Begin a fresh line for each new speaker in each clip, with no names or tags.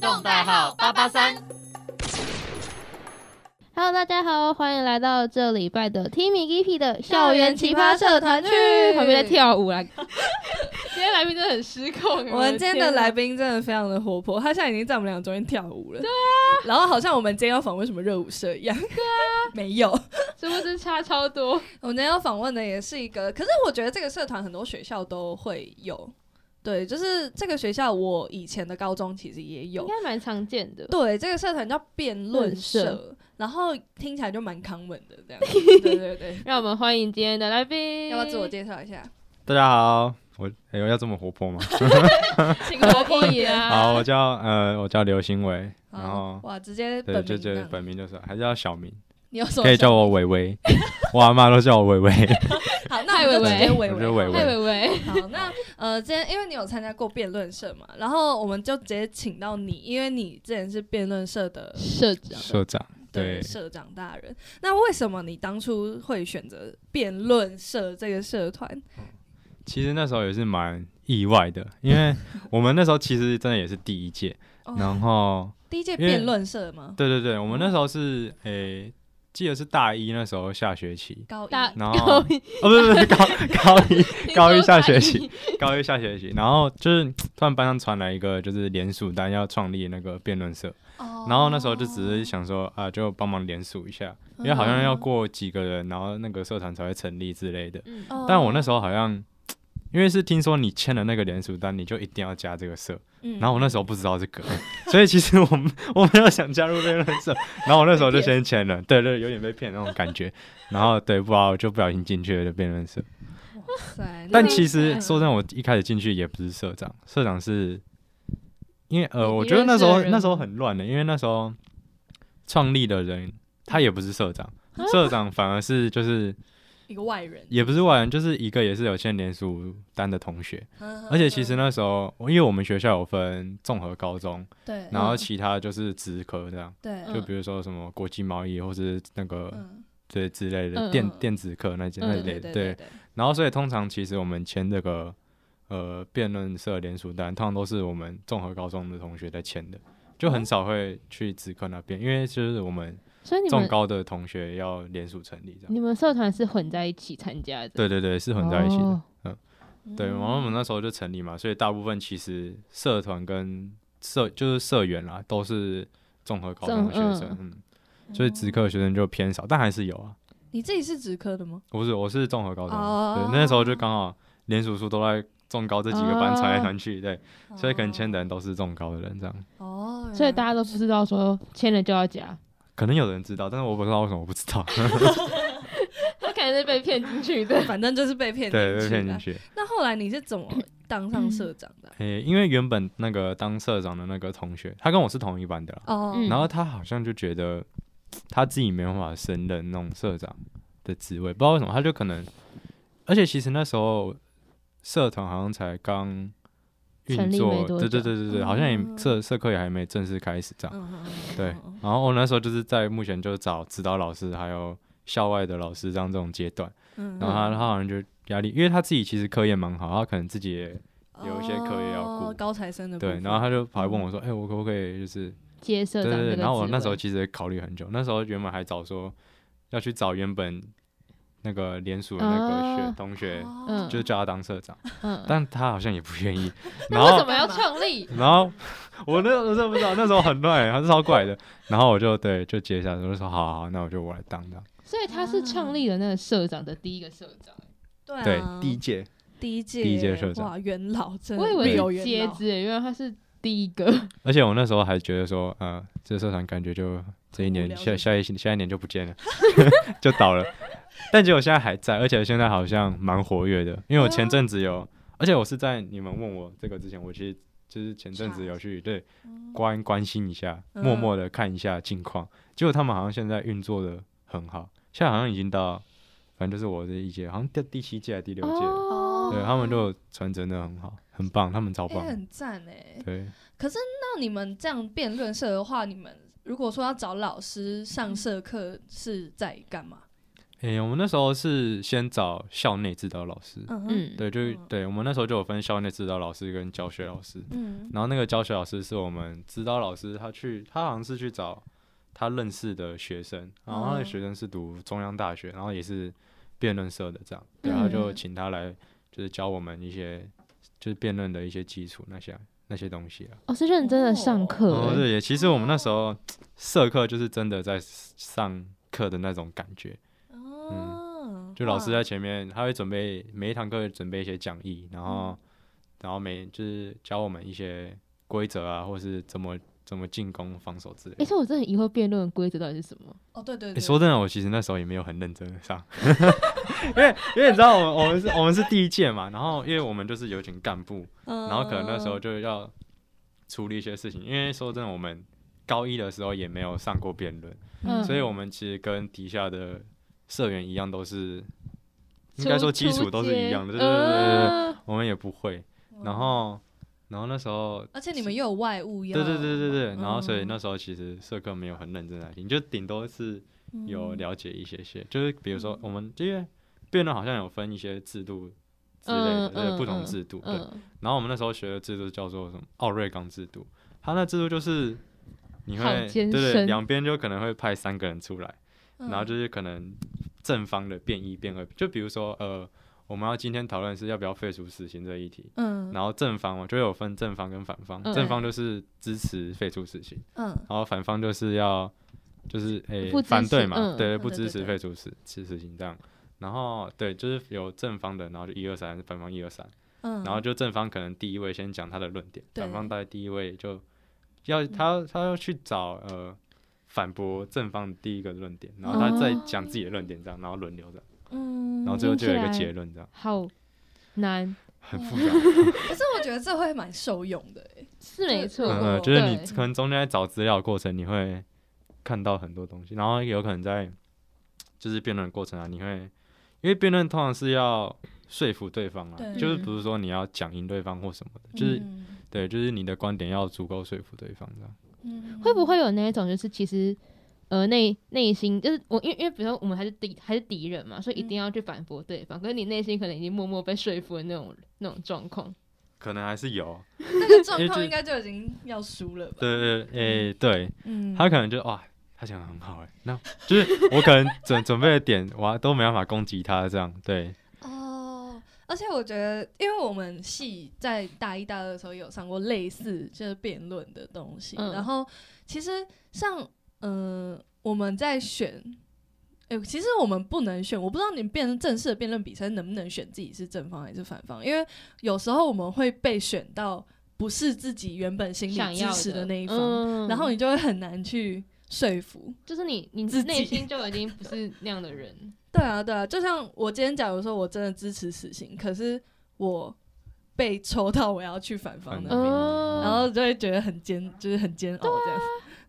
动代号八八三。
Hello，大家好，欢迎来到这礼拜的 Timmy Gippy 的
校园奇葩社团剧
旁边在跳舞啦。今天来宾真的很失控欸，
我们今天啊的
天哪
来宾真的非常的活泼，他现在已经在我们俩中间跳舞了。对啊，然后好像我们今天要访问什么热舞社一样。对啊， 没有。
是不是差超多？
我们今天要访问的也是一个，可是我觉得这个社团很多学校都会有。对，就是这个学校，我以前的高中其实也
应
有。
该蛮常见的。
对，这个社团叫辩论
论社
社，然后听起来就蛮康稳的这 样。对对对，
让我们欢迎今天的来宾，
要不要自我介绍一下？
大家好，我哎呦要这么活泼吗？
请
活
活
泼
泼
一
一
点
点。
啊
好，我叫呃我叫刘新伟，然后
哇，直接哦本
对
名
就就
这样哦
本名就是还是叫小名，
你有什么
可以
想
叫我伟伟，我阿妈都叫我伟伟。
好，那我
嗨
们就
伟
直接
伟
伟
我觉得伟
好
嗨，
伟
伟伟，
好，那呃，今天因为你有参加过辩论社嘛，然后我们就直接请到你，因为你之前是辩论社的
社长，
社长，
对
对
社长大人。那为什么你当初会选择辩论社这个社团？
其实那时候也是蛮意外的，因为我们那时候其实真的也是第一届，
哦，
然后
第一届
因为
辩论社吗？
对对对，我们那时候是诶、记得是大一那时候下学期，
高一
大
然
高
后哦不是不是高高一 高一下学期，
听说
高一下学期，然后就是突然班上传来一个就是联署单要创立那个辩论社，
哦
然后那时候就只是想说啊，就帮忙联署一下，因为好像要过几个人，然后那个社团才会成立之类的。
嗯，
哦
但我那时候好像。因为是听说你签了那个联署单，你就一定要加这个社。
嗯
然后我那时候不知道这个， 所以其实我 我没有想加入辩论社。然后我那时候就先签了，对对，有点被骗那种感觉。然后对，不好就不小心进去了辩论社。
哇塞
但
那
其
嗯
实说真的，我一开始进去也不是社长，社长是因为呃，
你
我
你
觉得
认
那时
识的
候
人
那时
吗
候很乱的，因为那时候创立的人他也不是社长，
啊
社长反而是就是
一个外人，
也不是外人，就是一个也是有签联署单的同学。 而
嗯
而
且其实那时候，因为我们学校有分综合高中，
对，
然后
嗯
其他就是职科这样，
对，
就比如说什么国际贸易或是那个
嗯，
对之类
嗯
的
嗯
电
嗯
电子科那些那
对
嗯
类
对对
的，对
对。对，
然后所以通常其实我们签这个呃辩论社联署单，通常都是我们综合高中的同学在签的，就很少会去职科那边，因为就是我们
所以你
综
们
高的同学要联署成立这样。
你们社团是混在一起参加的，
对对对，是混在一起的。
哦
对，然后我们那时候就成立嘛，所以大部分其实社团跟社就是社员啦，都是综合高中的学
综
生，嗯，
嗯
所以职科学生就偏少，但还是有啊。
你自己是职科的吗？
不是，我是综合高中的，
哦
对，那时候就刚好联署书都在中高这几个班传来传去，对，
哦
所以可能签的人都是中高的人，这样
哦，
所以大家都不知道说签了就要加，
可能有人知道，但是我不知道为什么我不知 道，
他可能是被骗进去的。
反正就是被骗进
对，被
去啊
骗进
的
去。
那后来你是怎么当上社长的？
诶、因为原本那个当社长的那个同学，他跟我是同一班的啦，
哦
嗯
然后他好像就觉得他自己没办法胜任那种社长的职位，不知道为什么，他就可能，而且其实那时候社团好像才刚。
成
运
立
作
没多
对对
久
对对对，好像也
嗯
社社课也还没正式开始这样，
嗯，
对，然后我那时候就是在目前就找指导老师还有校外的老师这样这种阶段，
嗯
然后他他好像就压力，因为他自己其实科研蛮好，他可能自己也有一些课业要顾
哦高材嗯生的部
对，
分
然后他就跑来问我说，哎、我可不可以就是
接社
对
长
对
这个职位，
对，然后我那时候其实也考虑很久，那时候原本还找说要去找原本那个联署的那个学、
哦
啊
同学，
嗯
就叫他当社长，
嗯，
但他好像也不 愿意，然
那为什
后。
么要创立？
然后 我那我真的不知道，那时候很乱、欸，他是超怪的。然后我就对就接下来，我就说好好好，那我就我来当这样。
所以他是创立了那个社长的第一个社长，
对
对
啊，
第一届，
第一届
第一届社长
哇，元老真的
我以
没有
为是
元
接
老，
之欸，原来他是第一个。
而且我那时候还觉得说，呃，这社团感觉就这一
无
年
聊
下
是
下一下一年就不见了， 就倒了。但结果现在还在，而且现在好像蛮活跃的，因为我前阵子
哦
有，而且我是在你们问我这个之前，我其实就是前阵子有去对关关心一下，
哦嗯
默默的看一下近况。结果他们好像现在运作的很好，现在好像已经到，反正就是我这一届，好像第第七届还是第六届了，
哦，
对他们就传承的很好，很棒，他们超
哎
棒，
很赞哎。
对。
那你们这样辩论社的话，你们如果说要找老师上社课是在干嘛？
诶、我们那时候是先找校内指导老师，
嗯哼
嗯，
对，就
嗯
对我们那时候就有分校内指导老师跟教学老师。
嗯
然后那个教学老师是我们指导老师，他去他好像是去找他认识的学生，然后他的
嗯
学生是读中央大学，然后也是辩论社的这样，对，然后就
嗯
请他来就是教我们一些就是辩论的一些基础那些那些东西啊。
哦，是认真的上课
哦，
欸，
对耶，其实我们那时候
哦
社课就是真的在上课的那种感觉，
哦，
嗯就老师
哇
在前面，他会准备每一堂课会准备一些讲义，然后、然后每就是教我们一些规则啊，或是怎么怎么进攻、防守之类
哎，
的。
所以我真的很疑惑辩论规则到底是什么？
哦，对对
诶
对，
哎说真的，我其实那时候也没有很认真的上， 因为因为你知道我们我们是我们是第一届嘛，然后因为我们就是有请干部，
然
然后可能那时候
嗯
就要处理一些事情，因为说真的，我们高一的时候也没有上过辩论，
嗯
所以我们其实跟底下的社员一样，都是应
初
该说基
初
础都是一
阶
样的，对对对对对，
呃
我们也不会。然后，然后那时候，
嗯而且你们又有外务要，
对对对对对，然后所以
嗯
那时候其实社课没有很认真来听，就顶多是有
嗯
了解一些些，就是比如说
嗯
我们因为辩论好像有分一些制度之类的，
嗯
对
嗯
不同
嗯
制度，对。
嗯，
然后我们那时候学的制度叫做什么奥瑞冈制度，它那制度就是你
好
会对
艰
对，
深
两边就可能会派三个人出来，然后
嗯
就是可能正方的辩一辩二，就比如说呃，我们要今天讨论是要不要废除死刑这一题，
嗯
然后正方嘛就会有分正方跟反方，
嗯
正方就是支持废除死刑，
嗯
然后反方就是要就是诶、
不支
反对
持
嘛，
嗯
对，
嗯
不
对
支
对
持
对
废除死死死刑这样。然后对，就是有正方的，然后就一二三，反方一二三，
嗯，
然后就正方可能第一位先讲他的论点，
对
反方在第一位就要他他要去找呃反驳正方第一个论点，然后他再
哦
讲自己的论点这样，然后轮流这样，
嗯，
然后最后
听
就有
起
一个
来
结论这样，
好难，
很
哇
复杂。
可是我觉得这会蛮受用的欸，
是没错，
嗯
嗯，
嗯
就是你
对
可能中间在找资料的过程，你会看到很多东西，然后有可能在就是辩论的过程啊，你会因为辩论通常是要说服对方啊，
对
就是
嗯
不是说你要讲赢对方或什么的，就是、
嗯
对，就是你的观点要足够说服对方这样。
嗯
会不会有那一种，就是其实呃内内心就是我，因为因为比如说我们还是敌还是敌人嘛，所以一
嗯
定要去反驳对方，可是你内心可能已经默默被说服的那种那种状况。
可能还是有，
那个状
因为就
况应该就已经要输了吧？
对对对，诶、对
嗯，
他可能就哇，他讲的很好哎、那 就是我可能准准备的点，哇都没办法攻击他这样，对，
哦，而且我觉得，因为我们系在大一、大二的时候有上过类似就是辩论的东西，
嗯
然后其实像嗯、呃我们在选。哎、其实我们不能选，我不知道你们辩正式的辩论比赛能不能选自己是正方还是反方，因为有时候我们会被选到不是自己原本心
想
里
要
支持的那一方，
嗯
然后你就会很难去说服。
就是你，你
自己
内心就已经不是那样的 人，
对啊，对啊，就像我今天假如说我真的支持死刑，可是我被抽到我要去反方
反
那
对
边，
哦
然后
嗯
就会觉得很煎，就是很煎熬这样。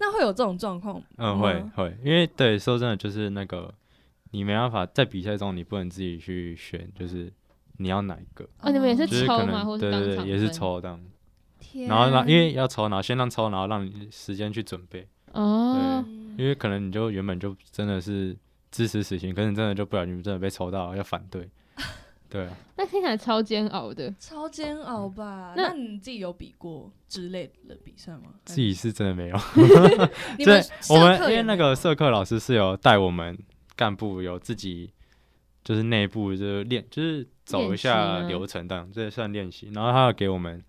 那会有这种状况吗？
嗯，会会，因为对，说真的，就是那个你没办法在比赛中，你不能自己去选，就是你要哪一个，
哦你们也是
就是
抽
可
吗或是
能对
当
对
场
对，也是
分
抽当，
天
然后让因为要抽，然后先让抽，然后让你时间去准备，
啊
哦，
因为可能你就原本就真的是支持死刑，可是你真的就不小心真的被抽到要反对，对啊。
那听起来超煎熬的。
超煎熬吧？
那
嗯那你自己有比过之类的比赛吗？
自己是真的没有，
嗯你
对
们社
我们
课
因为
也
那
没
个
有
社课老师是有带我们干部有自己就是内部就是练就是走一下
练习吗
流程这样，这算练习。然后他要给我们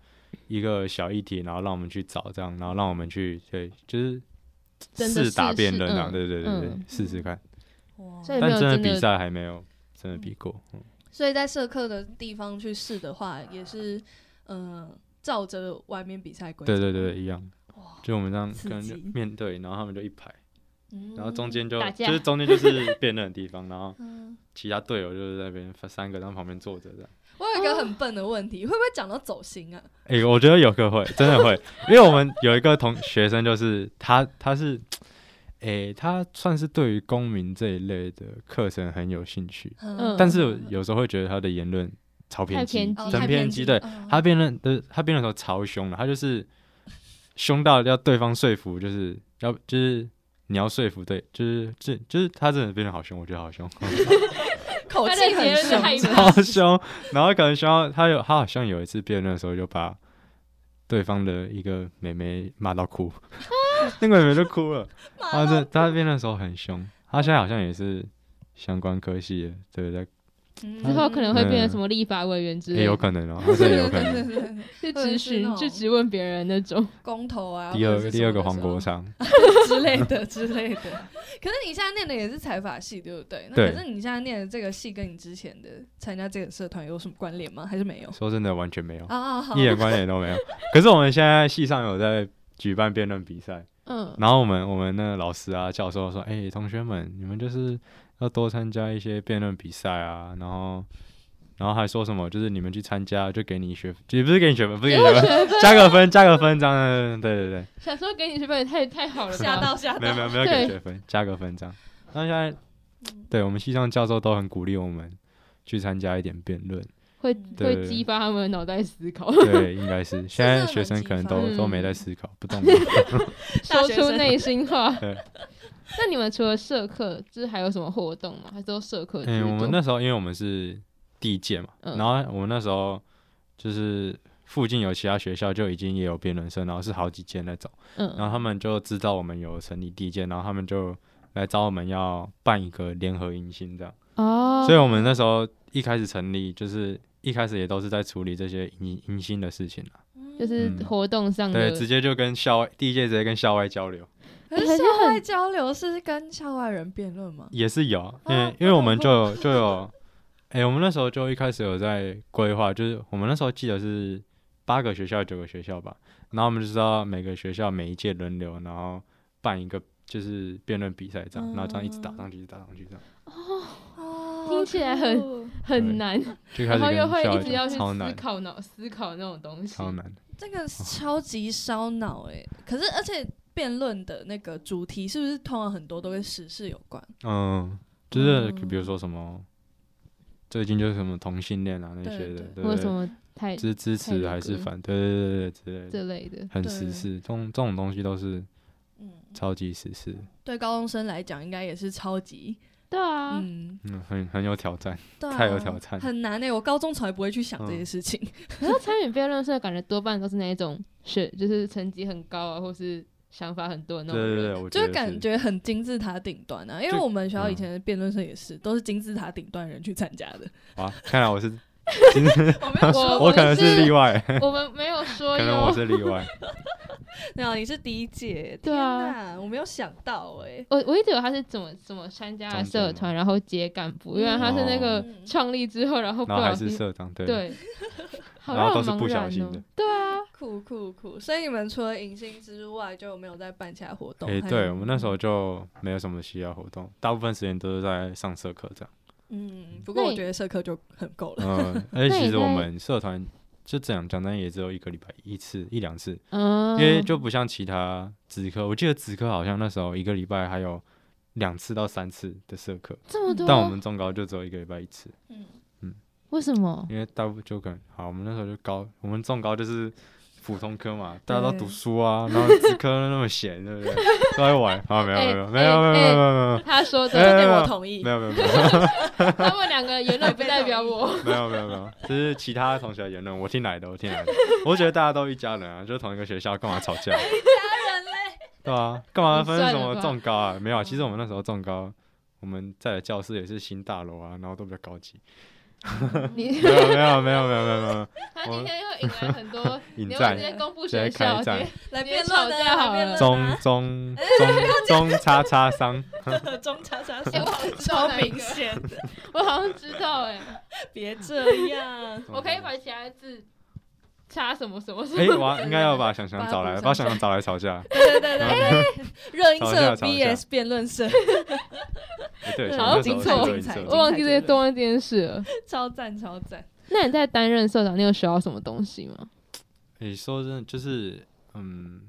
一个小议题，然后让我们去找这样，然后让我们去对就是
真的
试打
试
辩
试
论啊，
嗯
对对对对
嗯，哎
试试看。
哇
所以有没
但
有
真的
真的
比赛还没有真的比过，嗯
所以在社课的地方去试的话，也是嗯、呃照着外面比赛规则。
对对对，一样。
哇，
就我们这样
刺
跟就
激
面对，然后他们就一排，
嗯
然后中间就
打架
就是中间就是辩论的地方，然后
嗯
其他队友就是在那边三个，然后旁边坐着这样。
我有一个很笨的问题，
哦
会不会讲到走心啊？
诶，我觉得有个 会，真的会，因为我们有一个同学生，就是他，他是，诶，他算是对于公民这一类的课程很有兴趣，
嗯
但是有时候会觉得他的言论超偏
太
激
偏，
哦
真
太
偏激。对，
嗯
他辩论的他辩论的时候超凶的，他就是凶到要对方说服，就是要就是你要说服对，就是这就是他真的变得好凶，我觉得好凶，
口
他
气
在别
很
人的害
凶，
怕
好凶。然后可能凶到他有他好像有一次辩论的时候就把对方的一个妹妹骂到哭，那个妹妹就哭了。
骂到
他这他辩论的时候很凶，他现在好像也是相关科系的，对不对？
嗯
之后可能会变成什么立法委员之
也、
类
有
的，
可能哦、他真的有可 能。
能
就
或者
质
是那
询、
种
就质问别人那 种。
公投啊，
第
或者
二
是
第二个
什么
黄
的时候
国昌，
之类的 之类的。可是你现在念的也是财法系，对不对？那
对
可是你现在念的这个系跟你之前的参加这个社团有什么关联吗？还是没有？
说真的完全没有，
哦
啊啊好
一，点关联都没有。可是我们现在系上有在举办辩论比赛，
嗯，
然后我们我们那个老师啊教授说，哎、同学们，你们就是要多参加一些辩论比赛啊，然后。然后还说什么，就是你们去参加，就给你学，也不是给你学分，不是给你学分，加个分，加个分，这样，对对对。
小时候给你学分也太太好了吧？
吓到吓
没有没
到，
有没有
对
给学分，加个分这样。那现在，对我们系上教授都很鼓励我们去参加一点辩论，
会
嗯对
会激发他们的脑袋思考，
对，应该是现在
真的
学
蛮
生
激
可能
发
都
的
都
嗯
没在思考，不啊动
大
说
学
出
生
内心话
对。
那你们除了社课，就是还有什么活动吗？还是都社课居
嗯，我
多？
们那时候因为我们是第一届嘛，
嗯
然后我们那时候就是附近有其他学校就已经也有辩论社，然后是好几届那种，然
嗯，
后他们就知道我们有成立第一届，然后他们就来找我们要办一个联合迎新这样。
哦，
所以我们那时候一开始成立，就是一开始也都是在处理这些迎迎新的事情啊。
就是
嗯
活动上的
对，，直接就跟校外第一届直接跟校外交流，
可是
还是
校
很
外交流是跟校外人辩论吗？
也是有，因为、
哦
因为我们就有就有，哎、我们那时候就一开始有在规划，就是我们那时候记得是八个学校九个学校吧，然后我们就知道每个学校每一届轮流，然后办一个就是辩论比赛这样，然后这样一
嗯
直打上去，一直打上去这样，
哦
听起来很
酷
很难，
就开
然
始
后
跟
又会
校外
一直
交
要
流
去
超
思
难
考脑思考那种东西，
超难，
这个超级烧脑哎。可是而且辩论的那个主题是不是通常很多都跟时事有关？
嗯，就是
嗯
比如说什么，最近就是什么同性恋啊那
对
些的
对，
对
或
不
者什
对？
么太
支支持还是
歌
反对，对对对对之类的，
这类的。
很
对
时事，这种这种东西都是
嗯，
超级时事，
对高中生来讲应该也是超级
对啊，
嗯
嗯，很很有挑战，
对啊
太有挑战
很难诶、欸我高中从来不会去想这些事情。
嗯
可是参与辩论社感觉多半都是那一种学，就是成绩很高啊，或是想法很多的那
对
种
对对，
人。
我
就
觉
是
得
感觉很金字塔顶端啊，因为
就
我们学校以
嗯
前的辩论社也是，都是金字塔顶端人去参加 的。
哇，看来我是
我没有
我
说，
我可能
是
是例外，
我们没有说
可能我
哟，
是例外，
没有，你是第一届，
对啊
天哪，我没有想到哎、
我我一直以为他是怎么怎么参加了社团，然后接干部，原来他是那个
嗯
创立之后，然后不
哦然后
小
还是
心
社长，对
对，好
然后
让
都
我
是不
茫
小
然
心的
哦。对啊，
酷酷酷！所以你们除了迎新之外，就没有再办其他活动？
诶，
还有
对我们那时候就没有什么需要活动，大部分时间都是在上社课 这样。
嗯，不过我觉得社课就很够了。
嗯，
那
而且其
你
实我
在
们社团就这样讲，但也只有一个礼拜一次一两次，
嗯，
因为就不像其他职科，我记得职科好像那时候一个礼拜还有两次到三次的社课，
这么多，
但我们中高就只有一个礼拜一次，
嗯，
为什么？
因为大部分就可能好，我们那时候就高，我们中高就是普通科嘛，大家都读书啊，然后职科那么闲，对不对？都在玩啊，没有没有没有没有没有没有啊
他说
这个
的，
呃
点我同意。
没有没有没有没有没
他们两个言论不代表我。
有没有没有，这是其他同学的言论，我听来的，我听来的，我觉得大家都一家人啊，就是同一个学校，干嘛吵架？
人类
对啊，干嘛
你
分
算
什
了
么
吧
重高啊？没有啊，其实我们那时候重高，我们在的教室也是新大楼啊，然后都比较高级。
你
没有没有没有没有没有没有，
他今天又引来很多，
引
你要直
战
接公布
直接
学
开
校，
战，
来
别
辩论
吵架
啊，
好了
来辩论
中
啊
中中中叉叉商，
中叉叉
哎，我好像知道
超
哪一
明
个，
显的，
我好像知道哎，
别这样。
我可以把其他字插什么什 么什
哎，
么。
嗯我要应该要把想想找来，把想想找来吵 架。
对对对对， 热音
吵
社
架吵架
VS 辩论社，
哎对，
好
想那时
精
候
彩
是
精
银
彩
色
精
我
彩
的
忘记这些动漫这件事 了。
超赞超赞。
那你在担任社长，你有学到什么东西吗？
你哎说真的就是嗯，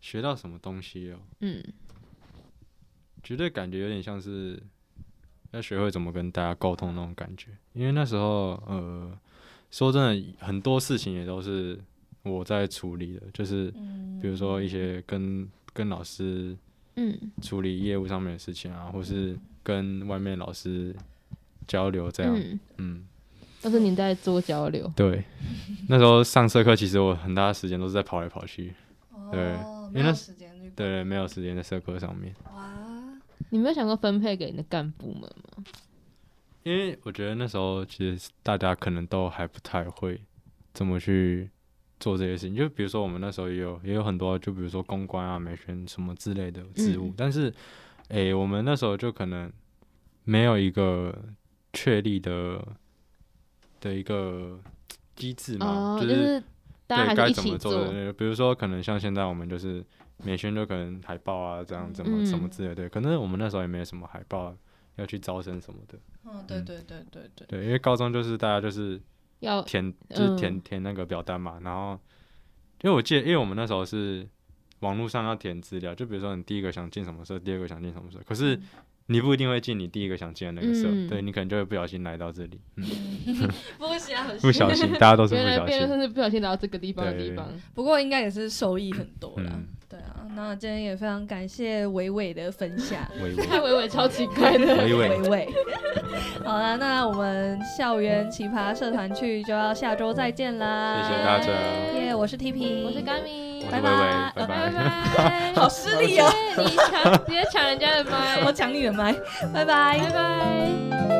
学到什么东西哦？
嗯，
绝对感觉有点像是要学会怎么跟大家沟通那种感觉。因为那时候，呃，说真的，很多事情也都是我在处理的，就是
嗯
比如说一些跟跟老师
嗯
处理业务上面的事情啊，或是跟外面老师交流这样。
嗯，
嗯，
都是你在做交流，
对。那时候上社课，其实我很大的时间都是在跑来跑去，对
哦，
因
没
为
有
那
时间去
对，没有时间在社课上面。
哇，
你没有想过分配给你的干部们吗？
因为我觉得那时候其实大家可能都还不太会怎么去做这些事情，就比如说我们那时候也有也有很多，就比如说公关啊、美宣什么之类的职务，
嗯
但是诶、我们那时候就可能没有一个确立的的一个机制嘛，
哦，
就
就是是大家
对
还
该
是一
怎
起
么做的那个，比如说可能像现在我们就是美宣就可能海报啊这样怎么、什么
嗯
之类的，对可能我们那时候也没有什么海报啊要去招生什么的。
嗯，对
嗯
对对对对，
对，因为高中就是大家就是
要
填，就是填、
嗯
填那个表单嘛，然后因为我记得，因为我们那时候是网络上要填资料，就比如说你第一个想进什么社，第二个想进什么社，可是你不一定会进你第一个想进的那个社，
嗯
对你可能就会不小心来到这里，嗯、
不小心
不小心，大家都是不
原来
小
辩论
心，
是不小心来到这个地方的地
对
方，
不过应该也是受益很多啦。
嗯
对啊，那今天也非常感谢伟伟的分享，
微
看
微
伟伟超奇怪的，
微
伟
微，
伟。 好啦，那我们校园奇葩社团去就要下周再见啦，
谢谢大家
耶、我是 T P，
我是甘米，
我
拜
是
拜
微微，
呃
拜
拜
拜。
拜，
好失礼哦，
你抢直接抢人家的麦
我，抢你的麦，拜拜
拜拜。